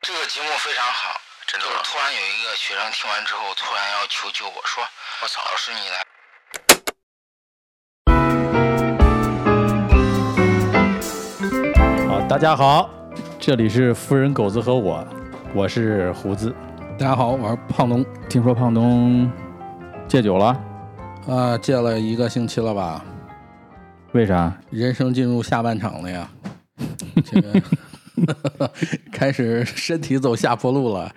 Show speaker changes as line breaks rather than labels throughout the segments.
个节目非常好，
真的
就是
吗？
突然有一个学生听完之后，突然要求救我说：“
我操！
老师，你来。”
好，大家好，这里是夫人狗子和我，我是胡子。
大家好，我是胖东，
听说胖东戒酒了，
啊、戒了一个星期了吧，
为啥？
人生进入下半场了呀， 这个 开始身体走下坡路了，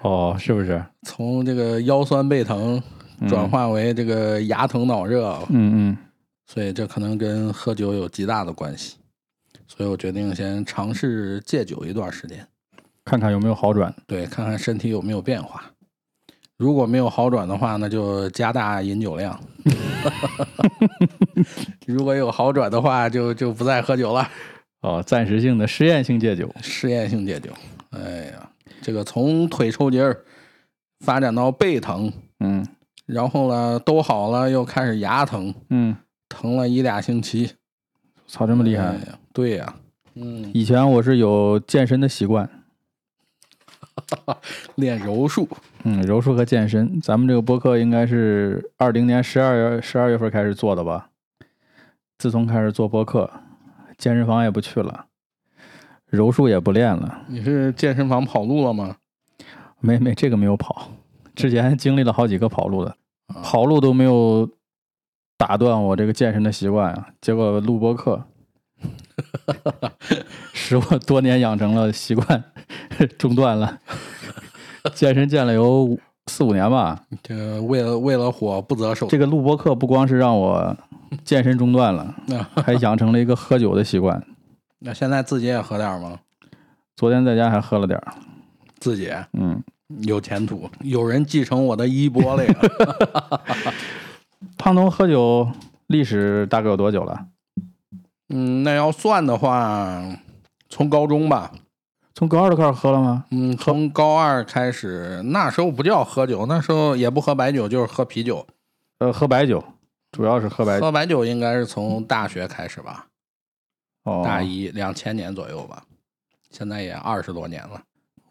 哦，是不是？
从这个腰酸背疼转化为这个牙疼脑热，
嗯嗯，
所以这可能跟喝酒有极大的关系，所以我决定先尝试戒酒一段时间，
看看有没有好转。
对，看看身体有没有变化。如果没有好转的话，那就加大饮酒量； 如果有好转的话，就就不再喝酒了。
哦，暂时性的试验性戒酒。
试验性戒酒。哎呀，这个从腿抽筋儿发展到背疼，
嗯
然后呢都好了，又开始牙疼，
嗯，
疼了一俩星期。
操，这么厉害！
哎呀对呀、嗯，
以前我是有健身的习惯，
练柔术，
嗯，柔术和健身。咱们这个播客应该是二零年十二月十二月份开始做的吧？自从开始做播客，健身房也不去了，柔术也不练了。
你是健身房跑路了吗？
没没，这个没有跑。之前经历了好几个跑路的，
啊
跑路都没有打断我这个健身的习惯啊。结果录播课，使我多年养成了习惯，中断了。健身健了有五四五年吧。
这为了为了火不择手
这个录播课不光是让我健身中断了，
段。啊
还养成了一个喝酒的习惯。
那现在自己也喝点儿吗？
昨天在家还喝了点儿，
自己啊
嗯，
有前途，有人继承我的衣钵 了呀！
胖东喝酒历史大概有多久了？
嗯，那要算的话，从高中吧，
从高二就开始喝了吗？
嗯，从高二开始，那时候不叫喝酒，那时候也不喝白酒，就是喝啤酒。
呃，喝白酒，主要是喝白酒。
喝白酒应该是从大学开始吧，
哦，
大一两千年左右吧，现在也二十多年了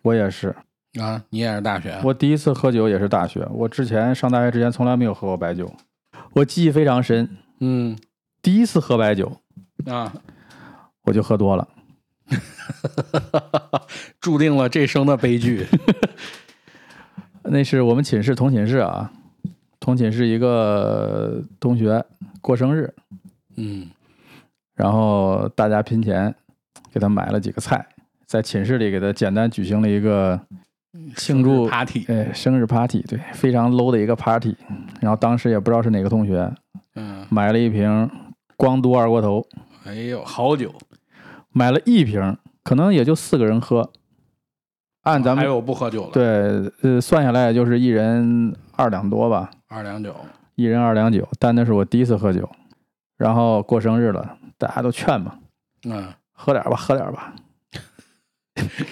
我也是，
啊。你也是大学啊？
我第一次喝酒也是大学。我之前上大学之前从来没有喝过白酒，我记忆非常深。
嗯
第一次喝白酒
啊，
我就喝多了，
注定了这生的悲 剧。
那是我们寝室同寝室啊，同寝室一个同学过生日，
嗯
然后大家拼钱给他买了几个菜，在寝室里给他简单举行了一个庆祝
嗯，party。
呃生日 party，对，非常 low 的一个 party。然后当时也不知道是哪个同学，
嗯，
买了一瓶光都二锅头，
哎呦，好酒，
买了一瓶，可能也就四个人喝。按咱
还
们、
有不喝酒了，，
对呃算下来也就是一人二两多吧，
二两酒。
一人二两酒。但那是我第一次喝酒，然后过生日了，大家都劝嘛，
嗯，
喝点吧，喝点吧。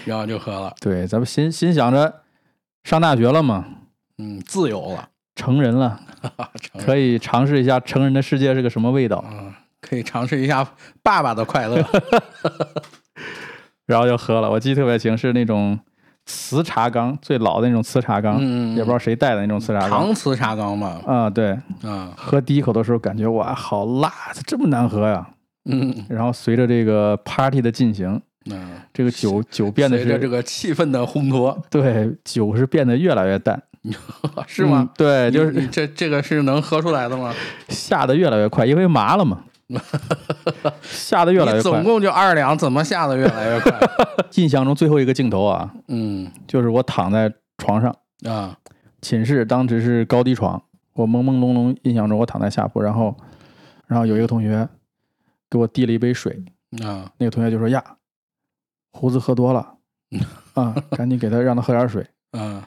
然后就喝了，
对，咱们心心想着上大学了嘛，
嗯，自由了，
成人 了，
承认
可以尝试一下成人的世界是个什么味道，
嗯，可以尝试一下爸爸的快乐。
然后就喝了。我记得特别清，是那种瓷茶缸，最老的那种瓷茶缸，
嗯，
也不知道谁带的那种瓷茶缸。
搪瓷茶缸嘛，
啊、对，
啊，
喝第一口的时候感觉哇，好辣，这么难喝呀！
嗯
然后随着这个 party 的进行，
嗯，
这个酒酒变得
随着
是
这个气氛的烘托，
对酒是变得越来越淡，
是吗？
嗯对，就
你
是
你这这个是能喝出来的吗？
下的越来越快，因为麻了 嘛，下的越来
你
越
总
快。
共就二两，怎么下的越来越快？
印象中最后一个镜头啊，
嗯
就是我躺在床上，
啊，
寝室当时是高低床，我朦朦胧胧印象中我躺在下铺，然后然后有一个同学给我递了一杯水，
啊，
那个同学就说：“呀，胡子喝多了，啊，赶紧给他让他喝点水。
嗯，”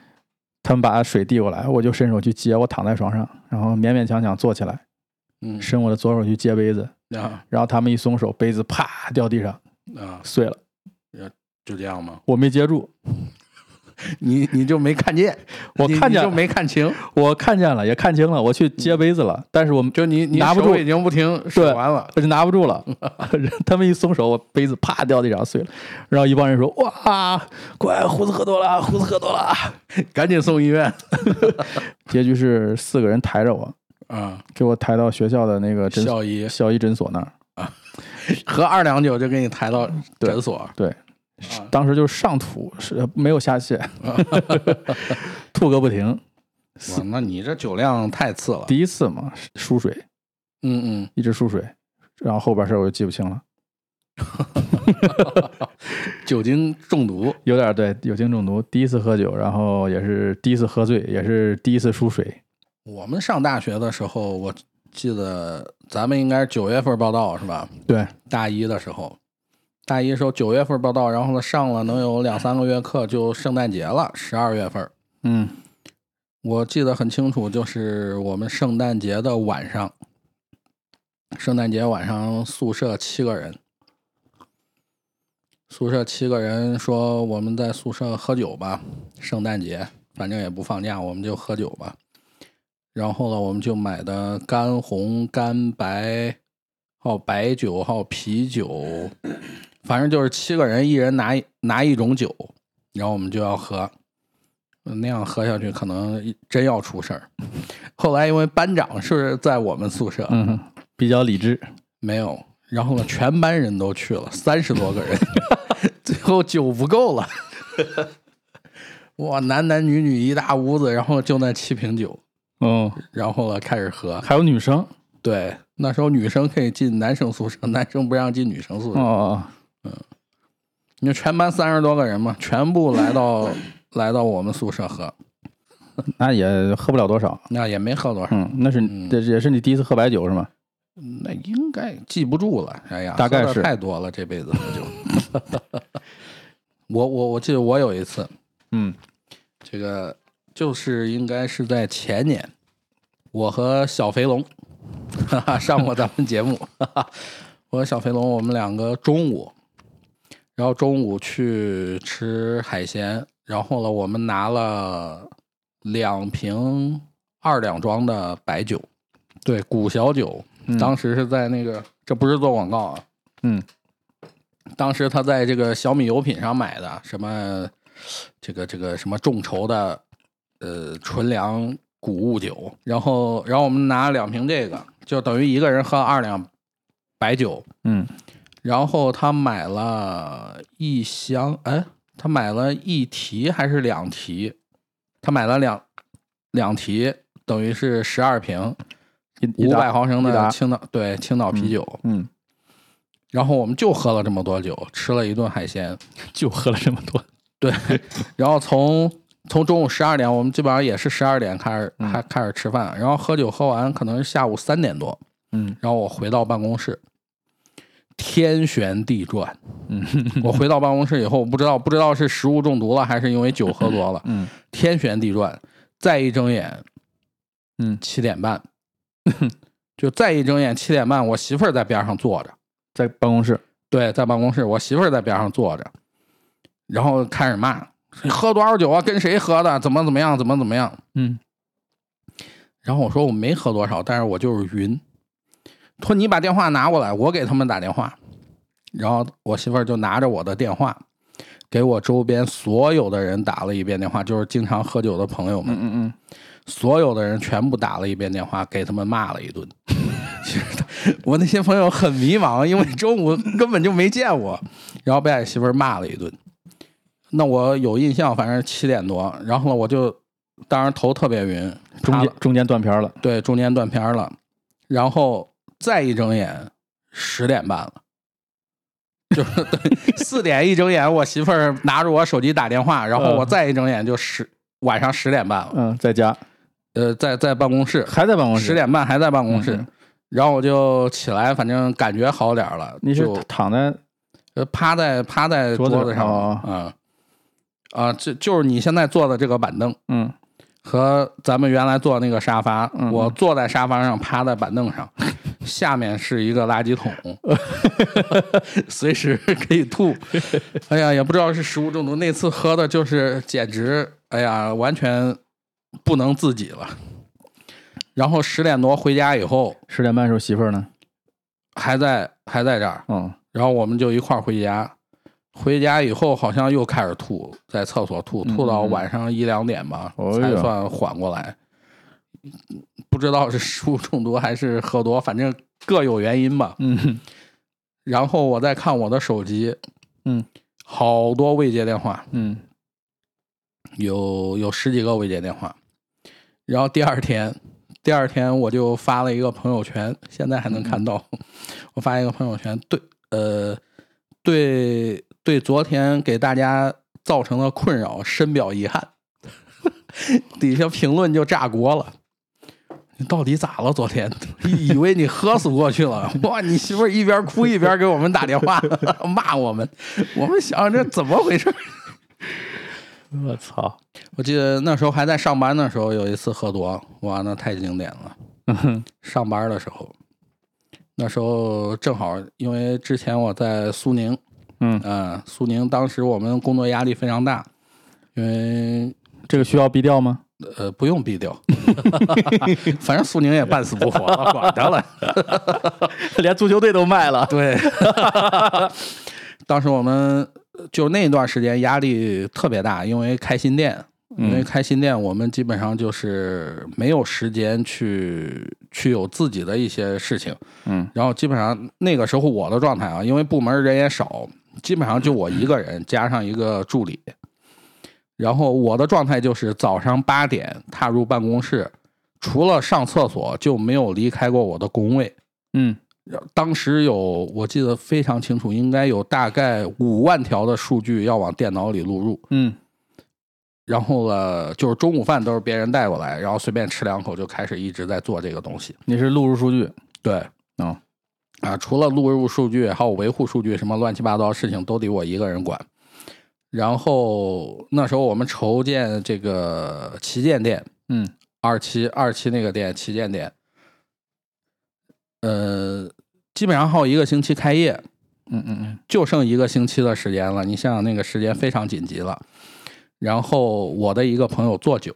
他们把水递过来，我就伸手去接，我躺在床上，然后勉勉强强坐起来，
嗯，
伸我的左手去接杯子，
啊
然后他们一松手，杯子啪掉地上
啊，
碎了，
就这样吗？
我没接住，
你你就没看见，
我
你
看见
你就
了
没看清，
我看见了，也看清了，我去接杯子了，但是我
就你你
拿不
手
住
已经不停手完了，
我就拿不住了， 他们一松手，我杯子啪掉地上碎了，然后一帮人说：“哇，快胡子喝多了，胡子喝多了。
赶紧送医院”
结局是四个人抬着我，
啊！
给我抬到学校的那个诊所
校医
校医诊所那儿。
和二两酒就给你抬到
对
诊所，
对，
啊
当时就上吐，是没有下 泻，吐个不停。
哇，那你这酒量太次了，
第一次嘛，输水，
嗯
一直输水，然后后边事儿我就记不清了，
嗯，酒精中毒，
有点儿对酒精中毒。第一次喝酒，然后也是第一次喝醉，也是第一次输水。
我们上大学的时候，我记得咱们应该是九月份报到是吧？
对，
大一的时候，大一的时候九月份报到，然后呢上了能有两三个月课，就圣诞节了，十二月份。
嗯，
我记得很清楚，就是我们圣诞节的晚上，圣诞节晚上宿舍七个人，宿舍七个人说我们在宿舍喝酒吧，圣诞节反正也不放假，我们就喝酒吧。然后呢，我们就买的干红、干白，还有白酒，还有啤酒，反正就是七个人，一人拿一拿一种酒，然后我们就要喝。那样喝下去，可能一真要出事儿。 后来因为班长是在我们宿舍，
嗯，比较理智。
没有，然后呢，全班人都去了，三十多个人， 最后酒不够了， 哇，男男女女一大屋子，然后就那七瓶酒，
哦，
然后呢开始喝。
还有女生。
对，那时候女生可以进男生宿舍，男生不让进女生宿舍。
哦，
你说全班三十多个人嘛，全部来到来到我们宿舍喝，
哦那也喝不了多少。
那也没喝多少，
嗯，那是这也是你第一次喝白酒是吗？
那应该记不住了。哎呀，
大概
喝得
是
太多了，这辈子喝酒。 我我我记得我有一次，
嗯
这个就是应该是在前年，我和小肥龙哈哈，上过咱们节目，哈哈，我和小肥龙我们两个中午，然后中午去吃海鲜，然后呢，我们拿了两瓶二两装的白酒，对，古小酒，当时是在那个，这不是做广告啊，
嗯，
当时他在这个小米油品上买的什么，这个这个什么众筹的，呃，纯粮谷物酒。然后，然后我们拿两瓶这个，就等于一个人喝二两白酒。
嗯
然后他买了一箱，哎，他买了一提还是两提？他买了两两提，等于是十二瓶，
一一
五
打
百毫升
一
的
打
青岛对青岛啤酒。
嗯，
然后我们就喝了这么多酒，吃了一顿海鲜。
就喝了这么多。
对，然后从从中午十二点，我们基本上也是十二点开始
嗯
还开始吃饭，然后喝酒喝完可能是下午三点多，
嗯
然后我回到办公室，天旋地转。
嗯
我回到办公室以后，我不知道不知道是食物中毒了，还是因为酒喝 多了，
嗯
天旋地转。再一睁眼，
嗯，
七点 半，就再一睁眼七点半，我媳妇儿在边上坐着。
在办公室。
对，在办公室，我媳妇儿在边上坐着，然后开始骂：“你喝多少酒啊？跟谁喝的？怎么怎么样？怎么怎么样
嗯，？”
然后我说我没喝多少，但是我就是晕。说你把电话拿过来，我给他们打电话。然后我媳妇儿就拿着我的电话，给我周边所有的人打了一遍电话，就是经常喝酒的朋友们。
嗯嗯，
所有的人全部打了一遍电话，给他们骂了一顿。 其实他我那些朋友很迷茫，因为中午根本就没见我，然后被俺媳妇儿骂了一顿。那我有印象，反正七点多，然后呢，我就当时头特别晕，
中
趴了
间中间断片了。
对中间断片儿了，然后再一睁眼十点半了。就是对 四点一睁眼，我媳妇儿拿着我手机打电话，然后我
嗯
再一睁眼就十晚上十点半了。
嗯，在家
呃，在在办公室，
还在办公室。
十。点半还在办公室，
嗯
然后我就起来，反正感觉好点儿了，
你是
就
躺在
呃趴在趴在
桌
桌
子
子
上
上，
哦
嗯啊，这就是你现在坐的这个板凳
嗯
和咱们原来坐的那个沙发，
嗯
我坐在沙发上，趴在板凳上，下面是一个垃圾 桶，随时可以吐。哎呀，也不知道是食物中毒，那次喝的就是简直，哎呀，完全不能自己了。然后十点多回家以后，
十点半的时候媳妇儿呢？
还在还在这儿，
嗯，
然后我们就一块儿回家。回家以后好像又开始吐，在厕所吐，
嗯
吐到晚上一两点吧，
哎呀
才算缓过来。不知道是食物中毒还是喝多，反正各有原因吧。
嗯
然后我再看我的手机，
嗯，
好多未接电话，
嗯
有有十几个未接电话。然后第二天，第二天我就发了一个朋友圈，现在还能看到。我发一个朋友圈，对，呃，对对，昨天给大家造成的困扰深表遗憾。 底下评论就炸锅了。你到底咋了？昨天以为你喝死过去了， 哇！你媳妇儿一边哭一边给我们打电话 骂我们，我们想这怎么回事？
嗯，我操，
我记得那时候还在上班的时候，有一次喝多，哇，那太经典了。上班的时候，那时候正好因为之前我在苏宁，
嗯
呃苏宁当时我们工作压力非常大，因为
这个需要毙掉吗？
呃不用毙掉， 反正苏宁也半死不活了，管他了。
连足球队都卖了。
对， 当时我们就那段时间压力特别大，因为开新店，
嗯
因为开新店，我们基本上就是没有时间去去有自己的一些事情，
嗯，
然后基本上那个时候我的状态啊，因为部门人也少，基本上就我一个人加上一个助理，然后我的状态就是早上八点踏入办公室，除了上厕所就没有离开过我的工位。
嗯，
当时有，我记得非常清楚，应该有大概五万条的数据要往电脑里录入。
嗯
然后呢，就是中午饭都是别人带过来，然后随便吃两口就开始一直在做这个东西。
你是录入数据。
对，
哦
啊，除了录入数据，还有维护数据，什么乱七八糟的事情都得我一个人管。然后那时候我们筹建这个旗舰店，
嗯
二期二期那个店旗舰店，呃，基本上还有一个星期开业，
嗯嗯嗯，
就剩一个星期的时间了。你想想，那个时间非常紧急了。然后我的一个朋友做酒，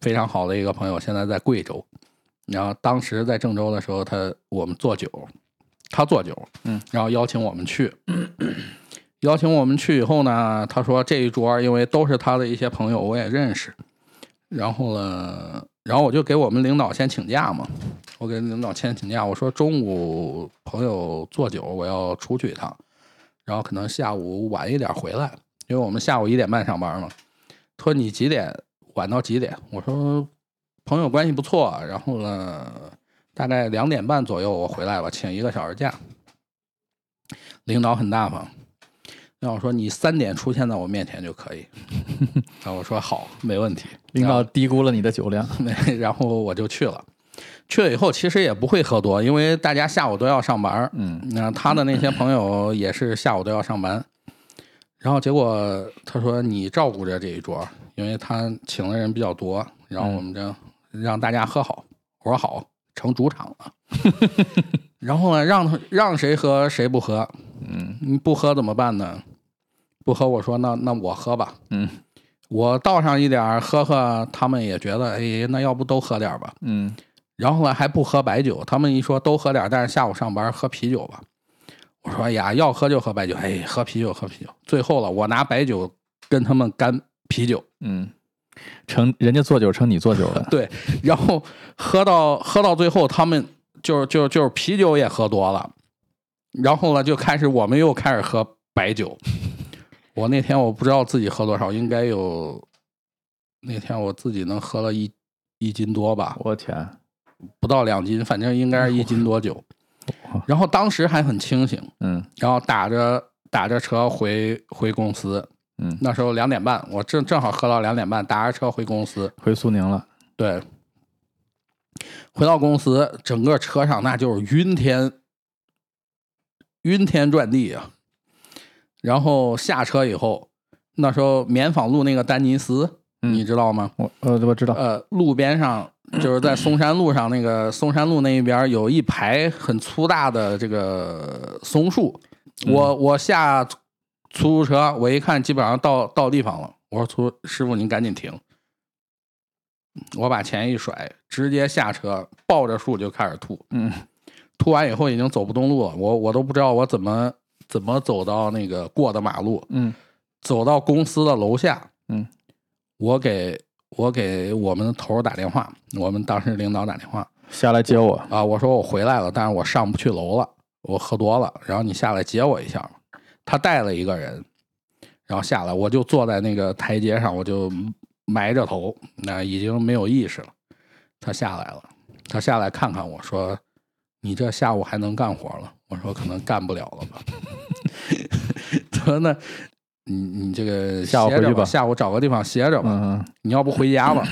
非常好的一个朋友，现在在贵州。然后当时在郑州的时候，他我们做酒，他做酒，
嗯，
然后邀请我们去。邀请我们去以后呢，他说这一桌因为都是他的一些朋友，我也认识。然后呢，然后我就给我们领导先请假嘛，我给领导先请假，我说中午朋友做酒，我要出去一趟，然后可能下午晚一点回来，因为我们下午一点半上班嘛。他说你几点晚到几点？我说朋友关系不错，然后呢，大概两点半左右我回来吧，请一个小时假。领导很大方，然后我说你三点出现在我面前就可以。 然后我说好，没问题。
领导低估了你的酒量。
然后我就去了。去了以后，其实也不会喝多，因为大家下午都要上班儿。
嗯
那他的那些朋友也是下午都要上班，然后结果他说你照顾着这一桌，因为他请的人比较多，然后我们
嗯
这让大家喝好，我说好，成主场了。 然后呢，让他让谁喝谁不喝，
嗯
你不喝怎么办呢？不喝，我说那那我喝吧，
嗯
我倒上一点儿喝喝，他们也觉得哎，那要不都喝点儿吧。
嗯
然后呢还不喝白酒，他们一说都喝点儿，但是下午上班喝啤酒吧。我说哎呀，要喝就喝白酒，哎，喝啤酒喝啤酒。最后了，我拿白酒跟他们干啤酒，
嗯，成人家做酒成你做酒 了。
对，然后喝到喝到最后，他们就就就是啤酒也喝多了，然后呢就开始我们又开始喝白酒。我那天我不知道自己喝多少，应该有那天我自己能喝了一一斤多吧，
我天，
不到两斤，反正应该是一斤多酒。然后当时还很清醒，
嗯
然后打着打着车回回公司，
嗯，
那时候两点半，我正正好喝到两点半，打着车回公司，
回苏宁了。
对，回到公司，整个车上那就是晕天，晕天转地啊。然后下车以后，那时候棉纺路那个丹尼斯，
嗯
你知道吗？
我呃，我知道。
呃，路边上就是在松山路上那个松山路那一边儿有一排很粗大的这个松树，我我下出租车，我一看基本上到到地方了，我说出师傅您赶紧停，我把钱一甩，直接下车抱着树就开始吐，
嗯，
吐完以后已经走不动路了，我我都不知道我怎么怎么走到那个过的马路，
嗯
走到公司的楼下，
嗯，
我给我给我们头儿打电话，我们当时领导打电话
下来接我，
啊，我说我回来了，但是我上不去楼了，我喝多了，然后你下来接我一下吧。他带了一个人，然后下来，我就坐在那个台阶上，我就埋着头，那、已经没有意识了。他下来了，他下来看看我说：“你这下午还能干活了？”我说：“可能干不了了吧。” 他说：“那你你这个
下午
歇着
回去吧
下午找个地方歇着吧。
嗯
你要不回家 吧？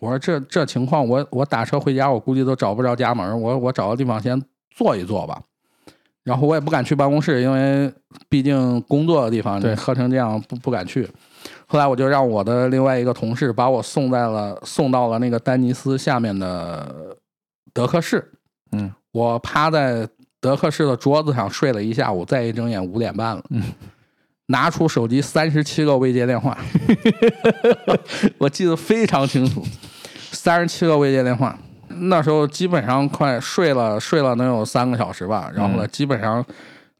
我说这这情况我，我打车回家，我估计都找不着家门儿，我我找个地方先坐一坐吧。然后我也不敢去办公室，因为毕竟工作的地方，
对
你喝成这样不不敢去。后来我就让我的另外一个同事把我送在了送到了那个丹尼斯下面的德克士。
嗯，
我趴在德克士的桌子上睡了一下午，再一睁眼五点半了。
嗯，
拿出手机三十七个未接电话，我记得非常清楚，三十七个未接电话。那时候基本上快睡了，睡了能有三个小时吧，然
嗯
后呢，基本上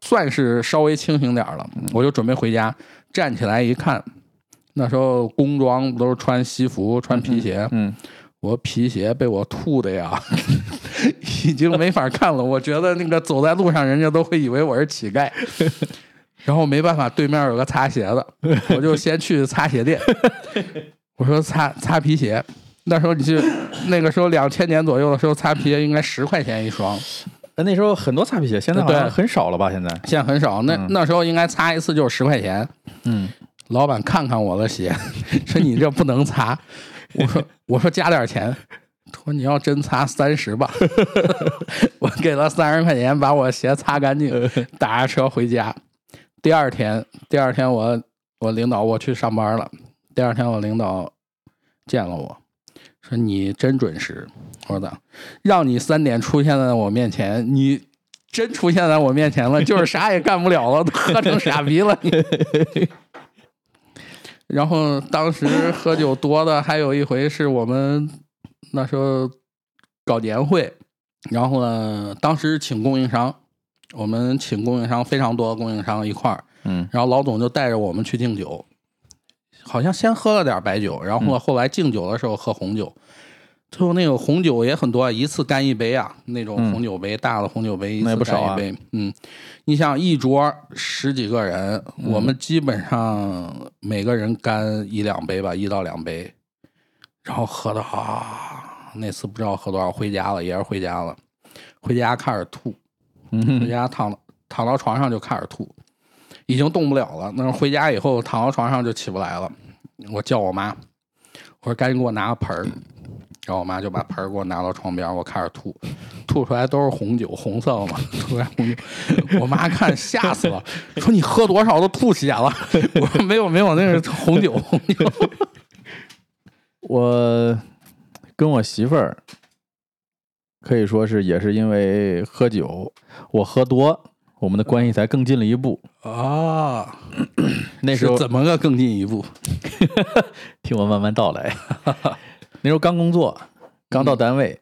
算是稍微清醒点儿了，我就准备回家。站起来一看，那时候工装不都是穿西服、穿皮鞋，
嗯
我皮鞋被我吐的呀， 已经没法看了。我觉得那个走在路上，人家都会以为我是乞丐。然后没办法，对面有个擦鞋的，我就先去擦鞋店。我说擦擦皮鞋，那时候你去，那个时候两千年左右的时候，擦皮鞋应该十块钱一双，
嗯，那时候很多擦皮鞋，现在好
对
像很少了吧？现在，
现在很少。那、那时候应该擦一次就是十块钱。
嗯，
老板看看我的鞋，说你这不能擦。我说我说加点钱，他说你要真擦三十吧。 我给了三十块钱把我鞋擦干净，打着车回家。第二天，第二天我我领导我去上班了。第二天我领导见了我，说你真准时。我说咋？让你三点出现在我面前，你真出现在我面前了，就是啥也干不了了，都喝成傻逼了你。 然后当时喝酒多的，还有一回是我们那时候搞年会，然后呢，当时请供应商，我们请供应商非常多的供应商一块儿，
嗯，
然后老总就带着我们去敬酒，好像先喝了点白酒，然
嗯
后呢，后来敬酒的时候喝红酒，最后那个红酒也很多，一次干一杯啊，那种红酒杯、大的红酒杯一
嗯那也
次
不少
干
啊
一杯，嗯，你想一桌十几个人，
嗯
我们基本上每个人干一两杯吧，一到两杯，然后喝的啊，那次不知道喝多少，回家了，也是回家了，回家开始吐，
嗯
回家躺躺到床上就开始吐，已经动不了了。那回家以后躺到床上就起不来了，我叫我妈，我说赶紧给我拿个盆儿，然后我妈就把盆儿给我拿到床边儿，我开始吐，吐出来都是红酒，红色的嘛，吐出来红酒，我妈看吓死了，说你喝多少都吐血了，我说没有没有，那是红酒红酒，
我跟我媳妇儿可以说是也是因为喝酒，我喝多，我们的关系才更近了一步。
啊，
那时候
是怎么个更进一步？
听我慢慢道来。 那时候刚工作，刚到单位，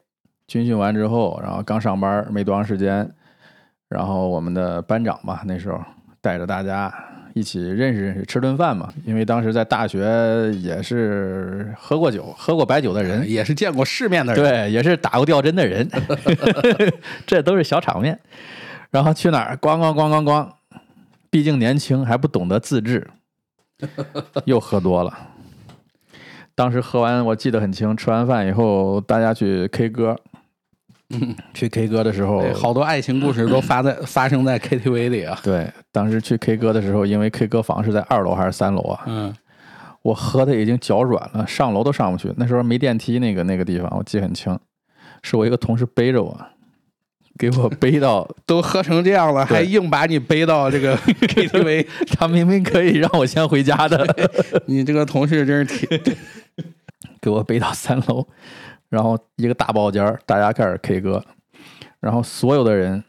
军训完之后，然后刚上班没多长时间，然后我们的班长嘛，那时候带着大家一起认识认识，吃顿饭嘛。因为当时在大学也是喝过酒、喝过白酒的人，
也是见过世面的 人，
对，也是打过吊针的人， 这都是小场面。然后去哪儿咣咣咣咣咣，毕竟年轻还不懂得自制，又喝多了。当时喝完我记得很清，吃完饭以后大家去 K 歌，去 K 歌的时候，
对哎好多爱情故事都发在发生在 KTV 里啊。
对，当时去 K 歌的时候，因为 K 歌房是在二楼还是三楼啊？
嗯，
我喝的已经脚软了，上楼都上不去。那时候没电梯，那个那个地方我记得很清，是我一个同事背着我，给我背到
都喝成这样了，
对
还硬把你背到这 个 KTV，
他明明可以让我先回家的，
你这个同事真是挺
给我背到三楼，然后一个大包间儿，大家开始 K 歌，然后所有的人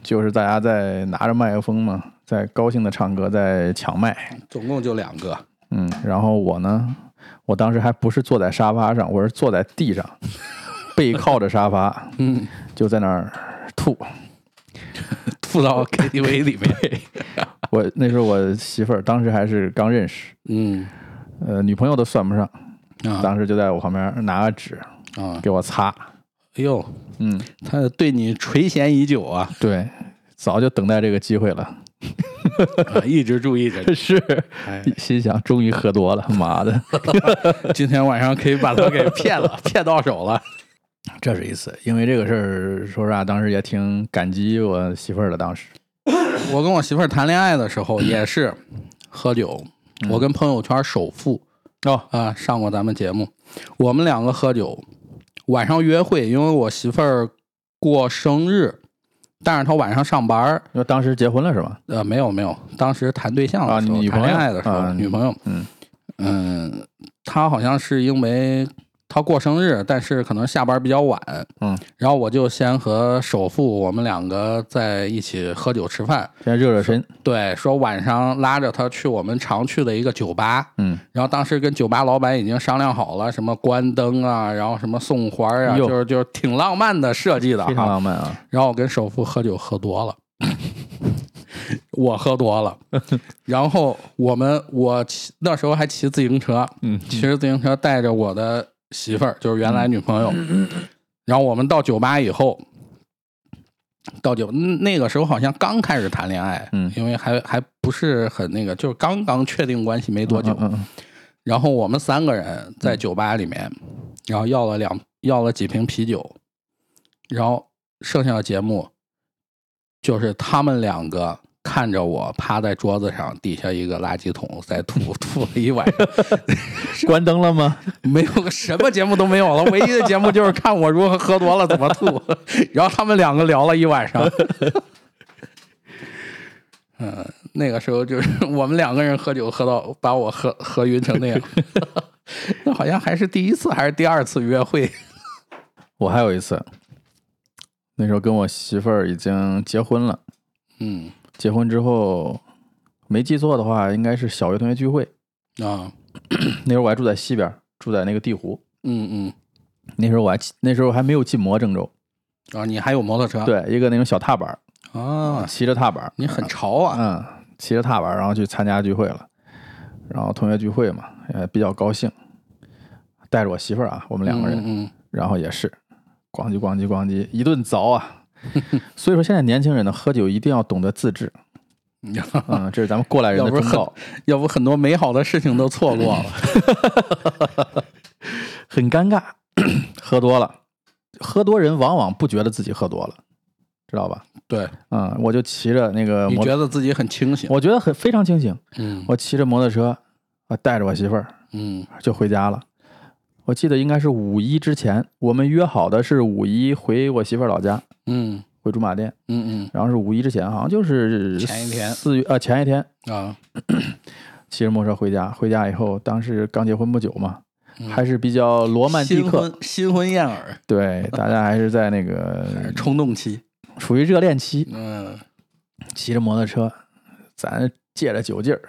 就是大家在拿着麦克风嘛，在高兴的唱歌，在抢麦，
总共就两个，
嗯，然后我呢，我当时还不是坐在沙发上，我是坐在地上，背靠着沙发，
嗯，
就在那儿吐。
吐到 KTV 里面，
我那时候我媳妇儿当时还是刚认识，
嗯
呃，女朋友都算不上，
啊
当时就在我旁边拿个纸
啊，
给我擦。
哎呦，
嗯，
他对你垂涎已久啊，
对，早就等待这个机会了，
啊一直注意着 你。
是
哎，
心想终于喝多了，妈的，
今天晚上可以把他给骗 了，骗到手了。
这是一次，因为这个事儿，说实话，当时也挺感激我媳妇儿的，当时，
我跟我媳妇儿谈恋爱的时候也是喝酒，我跟朋友圈首富
嗯哦
啊、上过咱们节目，我们两个喝酒，晚上约会，因为我媳妇儿过生日，但是她晚上上班儿
因为当时结婚了是吧？
呃，没有没有，当时谈对象
啊
的时候，
女
谈
朋友
恋爱的时候，
啊
女朋友，
嗯
嗯，她好像是因为呃她过生日，但是可能下班比较晚，
嗯，
然后我就先和首富我们两个在一起喝酒吃饭，
先热热身，
对，说晚上拉着她去我们常去的一个酒吧，
嗯，
然后当时跟酒吧老板已经商量好了，什么关灯啊，然后什么送花啊，
哟
就是就是挺浪漫的设计的
非常
哈，
浪漫啊，
然后我跟首富喝酒喝多了， 我喝多 了，然后我们我骑那时候还骑自行车，
嗯
骑着自行车带着我的媳妇儿，就是原来女朋友，然后我们到酒吧以后，到酒嗯那个时候好像刚开始谈恋爱，
嗯
因为还还不是很那个，就是刚刚确定关系没多久，
嗯嗯
然后我们三个人在酒吧里面，然后要了两要了几瓶啤酒，然后剩下的节目就是他们两个看着我趴在桌子上底下一个垃圾桶在吐吐了一晚上，
嗯 关灯了吗？
没有什么节目都没有了，唯一的节目就是看我如何喝多了怎么吐，然后他们两个聊了一晚上。嗯，那个时候就是 我们两个人喝酒，喝到把我喝喝晕成那样。 那好像还是第一次还是第二次约会
我还有一次，那时候跟我媳妇儿已经结婚了，
嗯
结婚之后，没记错的话，应该是小学同学聚会。
啊，
那时候我还住在西边儿，住在那个地湖。
嗯嗯，
那时候我还骑那时候还没有禁摩郑州，
然后啊你还有摩托车
对，一个那种小踏板儿，
啊，
骑着踏板儿，
你很潮啊，
嗯，骑着踏板儿，然后去参加聚会了，然后同学聚会嘛，也比较高兴，带着我媳妇儿啊，我们两个人，
嗯
然后也是咣叽咣叽咣叽一顿凿啊。 所以说，现在年轻人呢，喝酒一定要懂得自制，
嗯嗯，
嗯，这是咱们过来人的
要不
忠
是很
告，
要不很多美好的事情都错过了。
嗯很尴尬，喝多了，喝多人往往不觉得自己喝多了，知道吧？
对，
嗯，我就骑着那个
你
摩托，
觉得自己很清醒，
我觉得很非常清醒，
嗯
我骑着摩托车啊，带着我媳妇儿
嗯
就回家了。我记得应该是五一之前，我们约好的是五一回我媳妇儿老家，
嗯
回驻马店，
嗯
然后是五一之前，好像就是
前一天
四月啊、前一天
嗯啊，
骑着摩托车回家，回家以后，当时刚结婚不久嘛，
嗯
还是比较罗曼蒂
新
克，
婚新婚燕尔，哎
对，大家还是在那个
冲动期，
处于热恋期，
嗯
骑着摩托车，咱借着酒劲儿，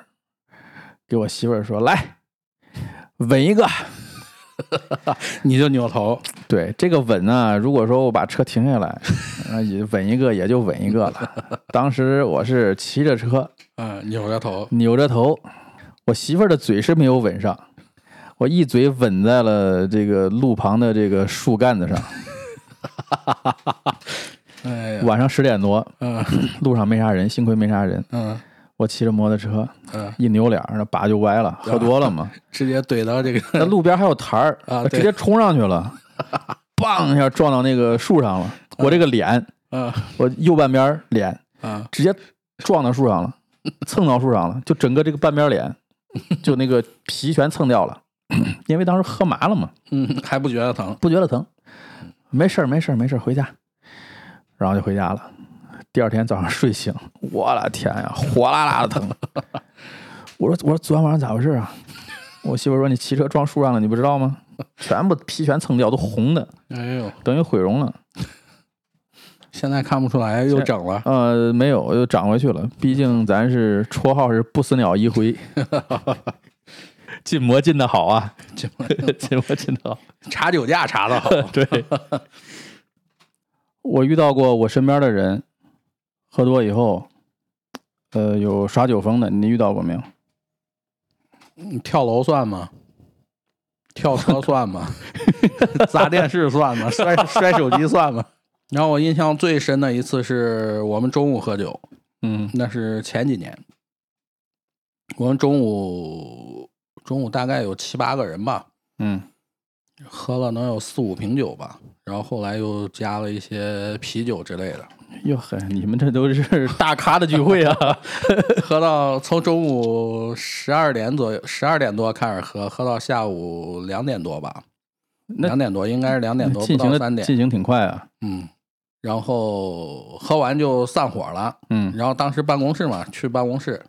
给我媳妇儿说来吻一个。
你就扭头，
对这个吻呢，如果说我把车停下来， 啊也吻一个也就吻一个了。当时我是骑着车，
嗯，扭着头，
扭着头，我媳妇儿的嘴是没有吻上，我一嘴吻在了这个路旁的这个树干 子上。
哎呀，
晚上十点多，
嗯
路上没啥人，幸亏没啥人。
嗯
我骑着摩托车
嗯，
一扭脸儿，那把就歪
啊
了，喝多了嘛。
直接怼到这
那
个，
路边还有台儿
啊
我
对
直接冲上去 了，棒一下撞到那个树上了。我这个脸，
嗯
我右半边儿脸
嗯，
直接撞到树上 了，蹭到树上了，就整个这个半边脸，就那个皮全蹭掉了。 因为当时喝麻了嘛，
嗯，还不觉得疼，
不觉得疼，没事儿，没事儿，没事儿，回家，然后就回家了。第二天早上睡醒，我的天呀，火辣辣的疼。我说我说昨天晚上咋回事啊？我媳妇说你骑车撞树上了，你不知道吗？全部皮全蹭掉，都红的，
哎呦，
等于毁容了。
现在看不出来，又
现
整了。
呃，没有，又长回去了。毕竟咱是绰号是不死鸟一辉， 禁魔禁的好啊，
这
禁魔禁的好。
查酒驾查的好，
对，我遇到过我身边的人喝多以后，呃，有耍酒疯的，你遇到过没有？
你跳楼算吗？跳车算吗？ 砸电视算吗？摔摔手机算吗？然后我印象最深的一次是我们中午喝酒，
嗯
那是前几年，我们中午中午大概有七八个人吧，
嗯
喝了能有四五瓶酒吧，然后后来又加了一些啤酒之类的，
哟呵，你们这都是大咖的聚会啊！
喝到从中午十二点左右，十二点多开始喝，喝到下午两点多吧，
那
两点多应该 是两点多，不
进行
到
的
三点，
进行挺快啊。
嗯，然后喝完就散伙了。
嗯
然后当时办公室嘛，去办公室，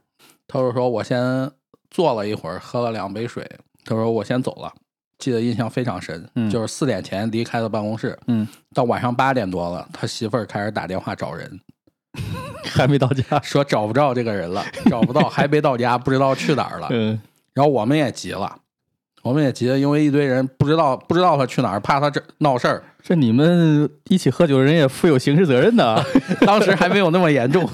他就说我先坐了一会儿，喝了两杯水，他说我先走了。记得印象非常深，
嗯
就是四点前离开了办公室，
嗯，
到晚上八点多了，他媳妇儿开始打电话找人，
还没到家。
说找不着这个人了，找不到，还没到家，不知道去哪 儿了。
嗯
然后我们也急了，我们也急了，因为一堆人不知道不知道他去哪儿，怕他这闹事儿。
这你们一起喝酒的人也负有刑事责任 的啊
当时还没有那么严重，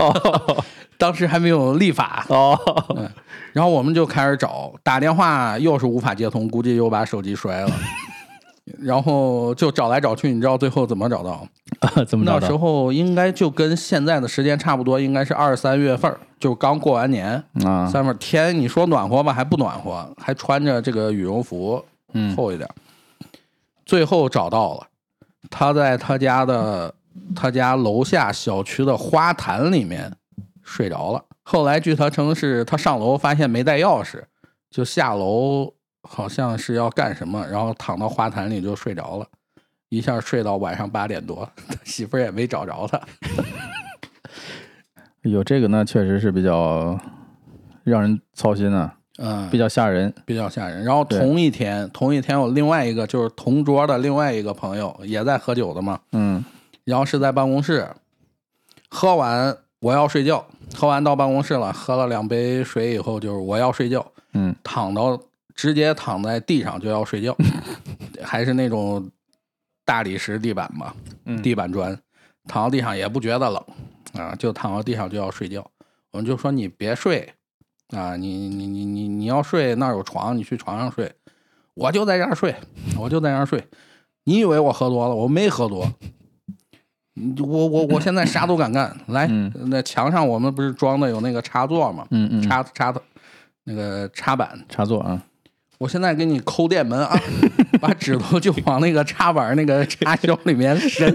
当时还没有立法，
哦，
然后我们就开始找，打电话又是无法接通，估计又把手机摔 了。然后就找来找去，你知道最后怎么找到？
怎么着
那时
的？
候应该就跟现在的时间差不多，应该是二三月份儿，就刚过完年，
啊，
三月份儿天你说暖和吧，还不暖和，还穿着这个羽绒服，
嗯
厚一点儿。最后找到了，他在他家的他家楼下小区的花坛里面睡着了。后来据他称是，他上楼发现没带钥匙，就下楼好像是要干什么，然后躺到花坛里就睡着了，一下睡到晚上八点多， 他媳妇儿也没找着他。
有这个呢，确实是比较让人操心啊，
嗯，
比较吓人。
比较吓人。然后
对
同一天，同一天我另外一个就是同桌的另外一个朋友也在喝酒的嘛，
嗯
然后是在办公室，喝完我要睡觉，喝完到办公室了，喝了两杯水以后就是我要睡觉，
嗯
躺到直接躺在地上就要 睡觉，还是那种大理石地板吧，
嗯
地板砖，躺到地上也不觉得冷啊，就躺到地上就要睡觉，我们就说你别睡啊，你你你你你要睡那儿有床，你去床上睡，我就在这儿睡，我就在这儿睡，你以为我喝多了？我没喝多。你我我我现在啥都敢干，来，呃
嗯
那墙上我们不是装的有那个插座吗？
嗯嗯，
插插的，那个插板。
插座啊，
我现在给你抠电门啊， 把指头就往那个插板那个插销里面伸。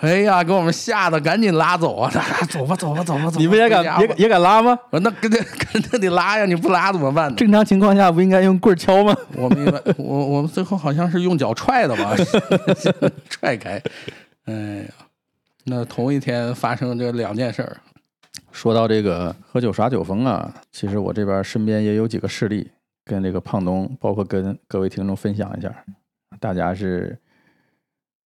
哎呀，给我们吓得赶紧拉走啊！ 走吧，走吧，走吧，走吧。
你们也
回
敢
家吧
也敢也敢拉吗？
我说那跟那跟那得拉呀，你不拉怎么办呢？
正常情况下不应该用棍儿敲吗？
我们一般我我们最后好像是用脚踹的吧， 踹开。哎呀，那同一天发生这两件事儿，
说到这个喝酒耍酒疯啊，其实我这边身边也有几个事例，跟这个胖东，包括跟各位听众分享一下，大家是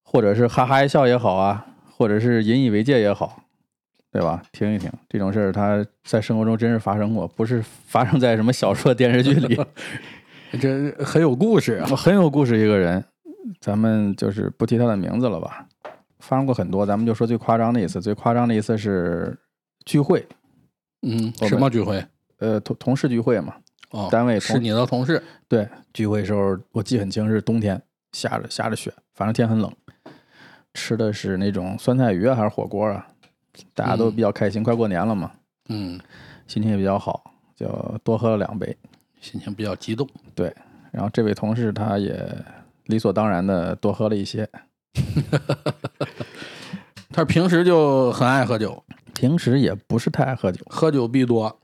或者是哈哈一笑也好啊，或者是引以为戒也好，对吧？听一听这种事儿，它在生活中真是发生过，不是发生在什么小说、电视剧里，
这很有故事啊。
很有故事一个人，咱们就是不提他的名字了吧。发生过很多，咱们就说最夸张的一次。最夸张的一次是聚会，
嗯，
我们
什么聚会？
呃，同同事聚会嘛，
哦，
单位
是
同
你的同事。
对，聚会时候我记很清，是冬天，下着下着雪，反正天很冷，吃的是那种酸菜鱼啊，还是火锅啊，大家都比较开心，快过年了嘛，
嗯，
心情也比较好，就多喝了两杯。
心情比较激动。
然后这位同事他也理所当然的多喝了一些，
他平时就很爱喝酒，
平时也不是太爱喝酒，
喝酒必多。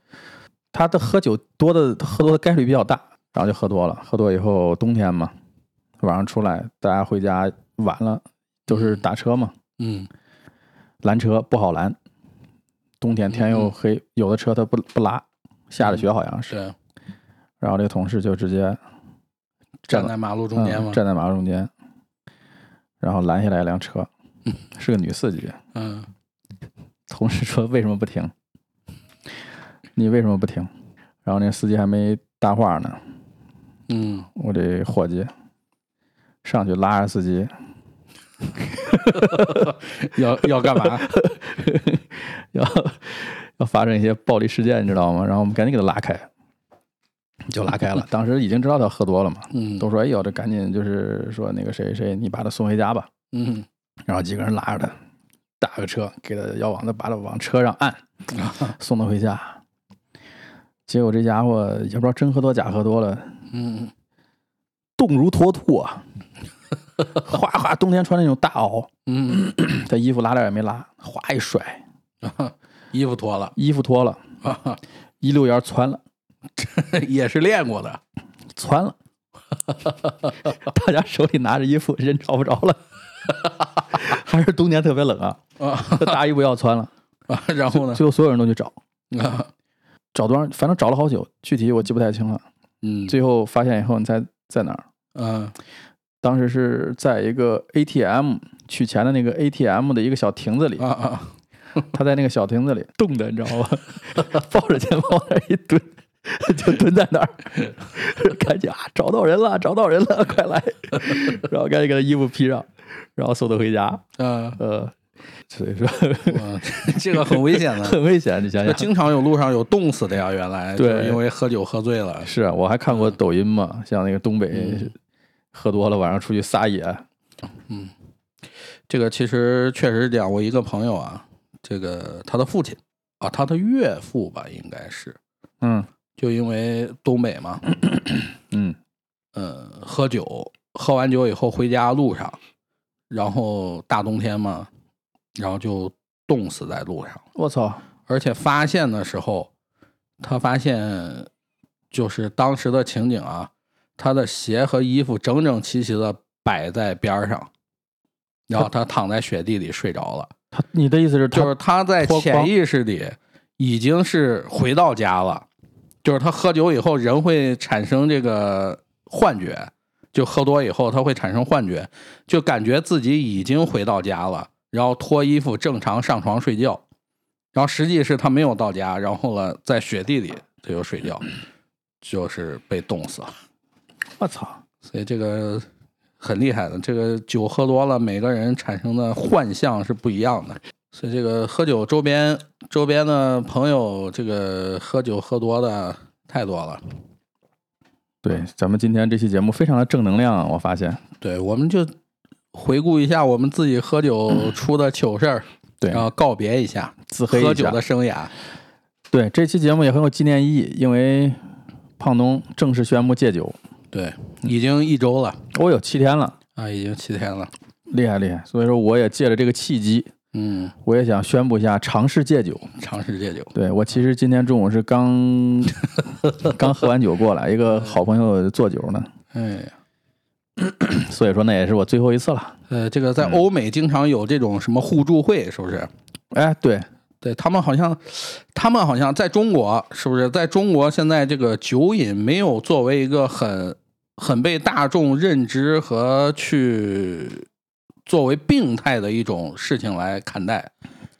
他的喝酒多的喝多的概率比较大，然后就喝多了，喝多以后冬天嘛，晚上出来大家回家晚了，就是打车嘛，
嗯
拦车不好拦，冬天天
嗯
又黑，有的车它不不拉，下着雪好像是。
是
然后这个同事就直接
站在马路中间
嗯
吗？
站在马路中间，然后拦下来一辆车，是个女司机。
嗯
同事说：“为什么不 停？你为什么不停？”然后那司机还没搭话呢，
嗯，
我这伙计上去拉着司机，
要要干嘛？
要要发生一些暴力事件，你知道吗？然后我们赶紧给他拉开，就拉开了。当时已经知道他喝多了嘛，
嗯
都说：“哎呦，这赶紧就是说那个谁谁，你把他送回家吧。
嗯”
然后几个人拉着他，打个车给他要往他把他往车上 按，送他回家。结果这家伙也不知道真喝多假喝多了，
嗯
冻如脱兔啊，哗哗，冬天穿那种大袄，
嗯，
他衣服拉链也没拉，哗一甩，
衣服脱了，
衣服脱了，一溜烟窜了，
也是练过的。
窜了。 大家手里拿着衣服，人找不着了， 还是冬天特别冷啊，
啊，
他大衣服要窜了，
然后呢？
最后所有人都去找，
啊
找多少，反正找了好久，具体我记不太清了。
嗯，
最后发现以后，你猜在哪儿？
嗯
当时是在一个 ATM 取钱的那个 ATM 的一个小亭子里
啊，啊，
他在那个小亭子里冻的，你知道吗？ 抱着钱包往那儿一蹲，就蹲在那儿，赶紧啊，找到人了，找到人了，快来！ 然后赶紧给他衣服披上，然后送他回家。
嗯，
呃，所以说
哇 这个很危险的。
很危险，啊你想
我
想。
经常有路上有冻死的呀，原来就是
对
因为喝酒喝醉了。
是啊我还看过抖音嘛，像那个东北喝多了晚上出去撒野，
这个其实确实是这样。我一个朋友啊，这个他的父亲啊，他的岳父吧，应该是
嗯
就因为东北嘛，
嗯
呃，喝酒，喝完酒以后回家路上，然后大冬天嘛，然后就冻死在路上。
我操，
而且发现的时候，他发现就是当时的情景啊，他的鞋和衣服整整齐齐的摆在边儿上，然后他躺在雪地里睡着了。
他你的意思是
就
就是是
他在
脱光
潜意识里已经是回到家了，就是他喝酒以后人会产生这个幻觉，就喝多以后他会产生幻觉，就感觉自己已经回到家了，然后脱衣服正常上床睡觉，然后实际是他没有到家，然后呢在雪地里他就睡觉，就是被冻死了。
我操，
所以这个很厉害的。这个酒喝多了，每个人产生的幻象是不一样的。所以这个喝酒周边周边的朋友，这个喝酒喝多的太多了。
对，咱们今天这期节目非常的正能量啊，我发现，
对，我们就回顾一下我们自己喝酒出的糗事儿，
对，
然后告别一下
自黑一下
喝酒的生涯。
对，这期节目也很有纪念意义，因为胖东正式宣布戒酒，
对，已经一周了
我、有七天了，
啊，已经七天了。
厉害厉害。所以说，我也借着这个契机，
嗯，
我也想宣布一下尝试戒酒。
尝试戒酒。
对我其实今天中午是 刚刚喝完酒过来，一个好朋友做酒呢，
哎，
所以说那也是我最后一次了。
呃，这个在欧美经常有这种什么互助会，是不是？
哎，对，
对他们好像，他们好像在中国是不是？在中国现在这个酒瘾没有作为一个很很被大众认知和去作为病态的一种事情来看待，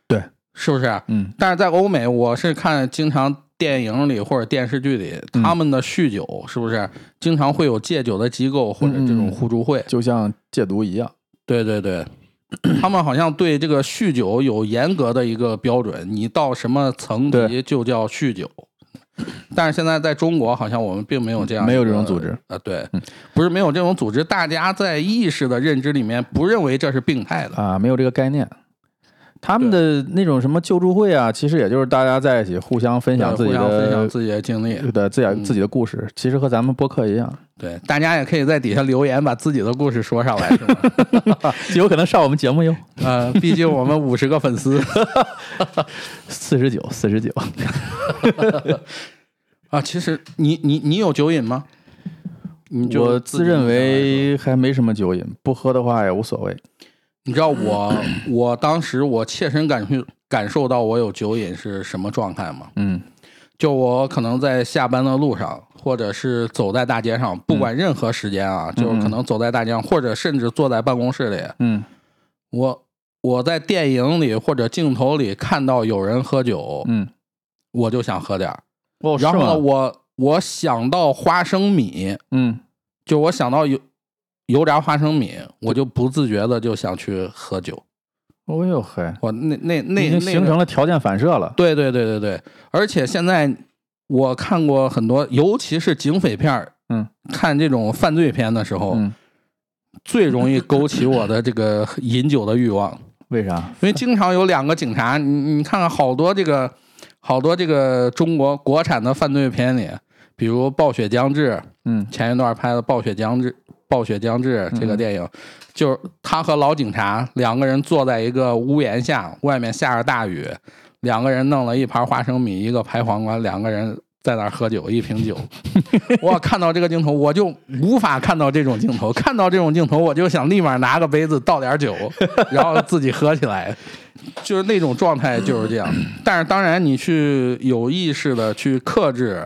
对，
是不是？
嗯，
但是在欧美，我是看经常电影里或者电视剧里，
嗯
他们的酗酒是不是经常会有戒酒的机构或者这
嗯嗯嗯
种互助会？
就像戒毒一样，
对对对， 他们好像对这个酗酒有严格的一个标准，你到什么层级
对
就叫酗酒。但是现在在中国，好像我们并没有这样，
嗯没有这种组织。嗯
呃，对，不是没有这种组织，大家在意识的认知里面不认为这是病态的。
啊，没有这个概念。他们的那种什么救助会啊，其实也就是大家在一起互相分享
对
自己
互相分享
的呃
自己的经历，
的自
嗯
己自己的故事，其实和咱们播客一样，
对，大家也可以在底下留言，把自己的故事说上来，是吗？
有可能上我们节目哟。
呃，毕竟我们五十个粉丝
四十九，四十九，
啊。其实你你你有酒瘾吗？你就
我
己
自认
来说
为还没什么酒瘾，不喝的话也无所谓。
你知道
嗯
我，我当时我切身感受感受到我有酒瘾是什么状态吗？
嗯
就我可能在下班的路上，或者是走在大街上，
嗯
不管任何时间啊，就是可能走在大街上，或者甚至坐在办公室里，
嗯
我我在电影里或者镜头里看到有人喝酒，
嗯，
我就想喝点儿。
哦，
然后
是吗
呢，我我想到花生米，
嗯，
就我想到油油炸花生米，我就不自觉的就想去喝酒。
哦呦嘿，
我那那
已
那
经
那
形
个
成了条件反射了。
对对对对对，而且现在我看过很多，尤其是警匪片儿，
嗯，
看这种犯罪片的时候，
嗯，
最容易勾起我的这个饮酒的欲望，
为啥？
因为经常有两个警察，你你看看好多这个好多这个中国国产的犯罪片里，比如《暴雪将至》，
嗯
前一段拍的《暴雪将至》。暴雪将至这个电影，就是他和老警察两个人坐在一个屋檐下，外面下着大雨，两个人弄了一盘花生米，一个排黄瓜，两个人在那儿喝酒，一瓶酒。我看到这个镜头，我就无法看到这种镜头，看到这种镜头，我就想立马拿个杯子倒点酒，然后自己喝起来，就是那种状态就是这样。但是当然，你去有意识的去克制，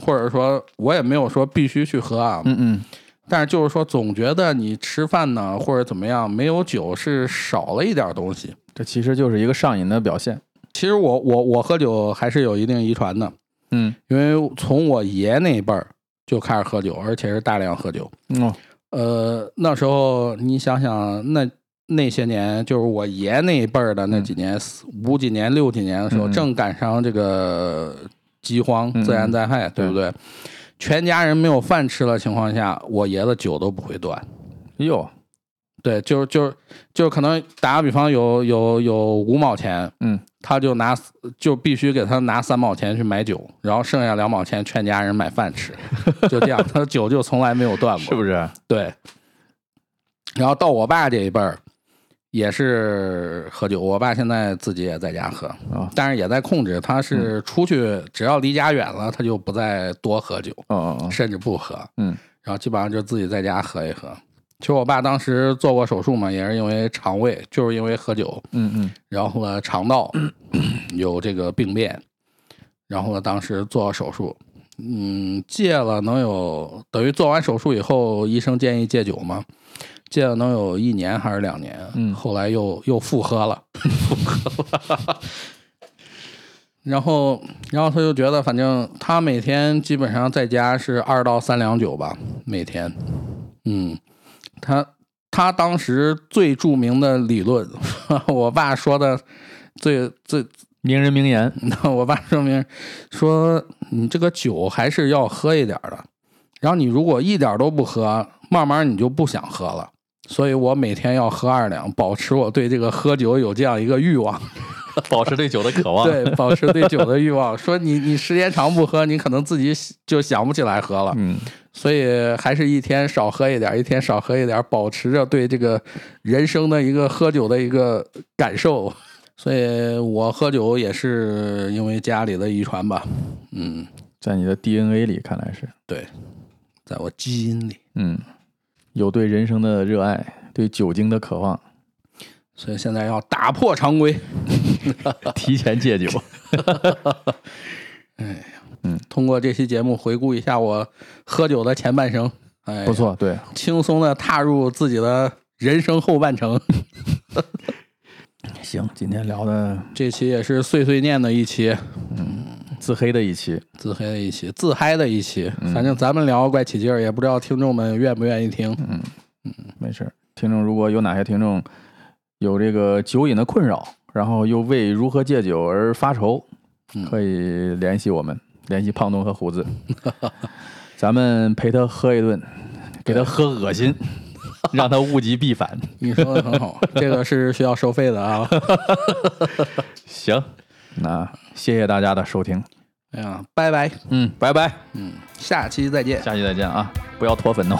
或者说我也没有说必须去喝啊，
嗯嗯，
但是就是说总觉得你吃饭呢或者怎么样没有酒是少了一点东西。
这其实就是一个上瘾的表现。
其实我我我喝酒还是有一定遗传的，
嗯
因为从我爷那辈儿就开始喝酒，而且是大量喝酒。
哦，
呃，那时候你想想，那那些年就是我爷那一辈儿的那几年，四五几年、六几年的时候，
嗯
正赶上这个饥荒、
嗯
自然灾害，对不对？全家人没有饭吃的情况下，我爷的酒都不会断。
哟，
对，就是就是就是可能打个比方有，有有五毛钱，
嗯，
他就拿就必须给他拿三毛钱去买酒，然后剩下两毛钱劝家人买饭 吃，就这样，他的酒就从来没有断过，
是啊不是？
对。然后到我爸这一辈儿，也是喝酒。我爸现在自己也在家喝，
哦嗯
但是也在控制。他是出去、只要离家远了，他就不再多喝酒，
哦哦哦，
甚至不喝。
嗯，
然后基本上就自己在家喝一喝。其实我爸当时做过手术嘛，也是因为肠胃，就是因为喝酒，
嗯嗯，
然后呢肠道有这个病变，然后呢当时做手术，嗯，戒了能有等于做完手术以后，医生建议戒酒嘛，戒了能有一年还是两年，
嗯
后来又又复喝了， 复喝了。 然后，然后他就觉得，反正他每天基本上在家是二到三两酒吧，每天。嗯，他他当时最著名的理论， 我爸说的最最，
名人名言。
我爸说明说你这个酒还是要喝一点儿的，然后你如果一点儿都不喝，慢慢你就不想喝了。所以我每天要喝二两，保持我对这个喝酒有这样一个欲望，
保持对酒的渴望
对，保持对酒的欲望。说你你时间长不喝，你可能自己就想不起来喝了。
嗯，
所以还是一天少喝一点，一天少喝一点，保持着对这个人生的一个喝酒的一个感受。所以我喝酒也是因为家里的遗传吧，嗯，
在你的 DNA 里看来是，
对，在我基因里。
嗯，有对人生的热爱，对酒精的渴望，
所以现在要打破常规，
提前戒酒。
通过这期节目回顾一下我喝酒的前半生，哎，
不，错，对，
轻松的踏入自己的人生后半程。
行，今天聊的
这期也是碎碎念的一期，
自黑的一期，
自黑的一期，自嗨的一期，反正咱们聊怪起劲儿，也不知道听众们愿不愿意听。
没事儿。听众如果有哪些听众有这个酒瘾的困扰，然后又为如何戒酒而发愁，可以联系我们，联系胖东和胡子，咱们陪他喝一顿，给他喝恶心，让他物极必反。
你说的很好，这个是需要收费的啊。
行，那谢谢大家的收听，
哎呀，拜拜，
嗯，拜拜，
嗯，下期再见。
下期再见啊，不要脱粉哦。